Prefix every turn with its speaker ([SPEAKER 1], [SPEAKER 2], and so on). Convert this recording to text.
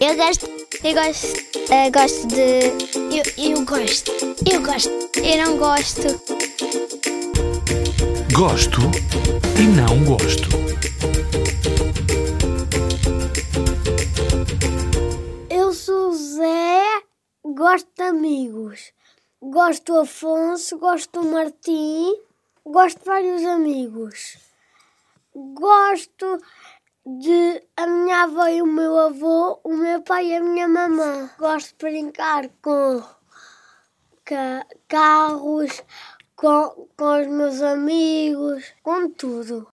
[SPEAKER 1] Eu gosto. Eu gosto. eh, gosto de. Eu, eu gosto. Eu gosto. Eu não gosto.
[SPEAKER 2] Gosto e não gosto.
[SPEAKER 3] Eu sou o Zé, gosto de amigos. Gosto do Afonso, gosto do Martim, gosto de vários amigos. Gosto de a minha avó e o meu avô, o meu pai e a minha mamã. Gosto de brincar com ca- carros, com, com os meus amigos, com tudo.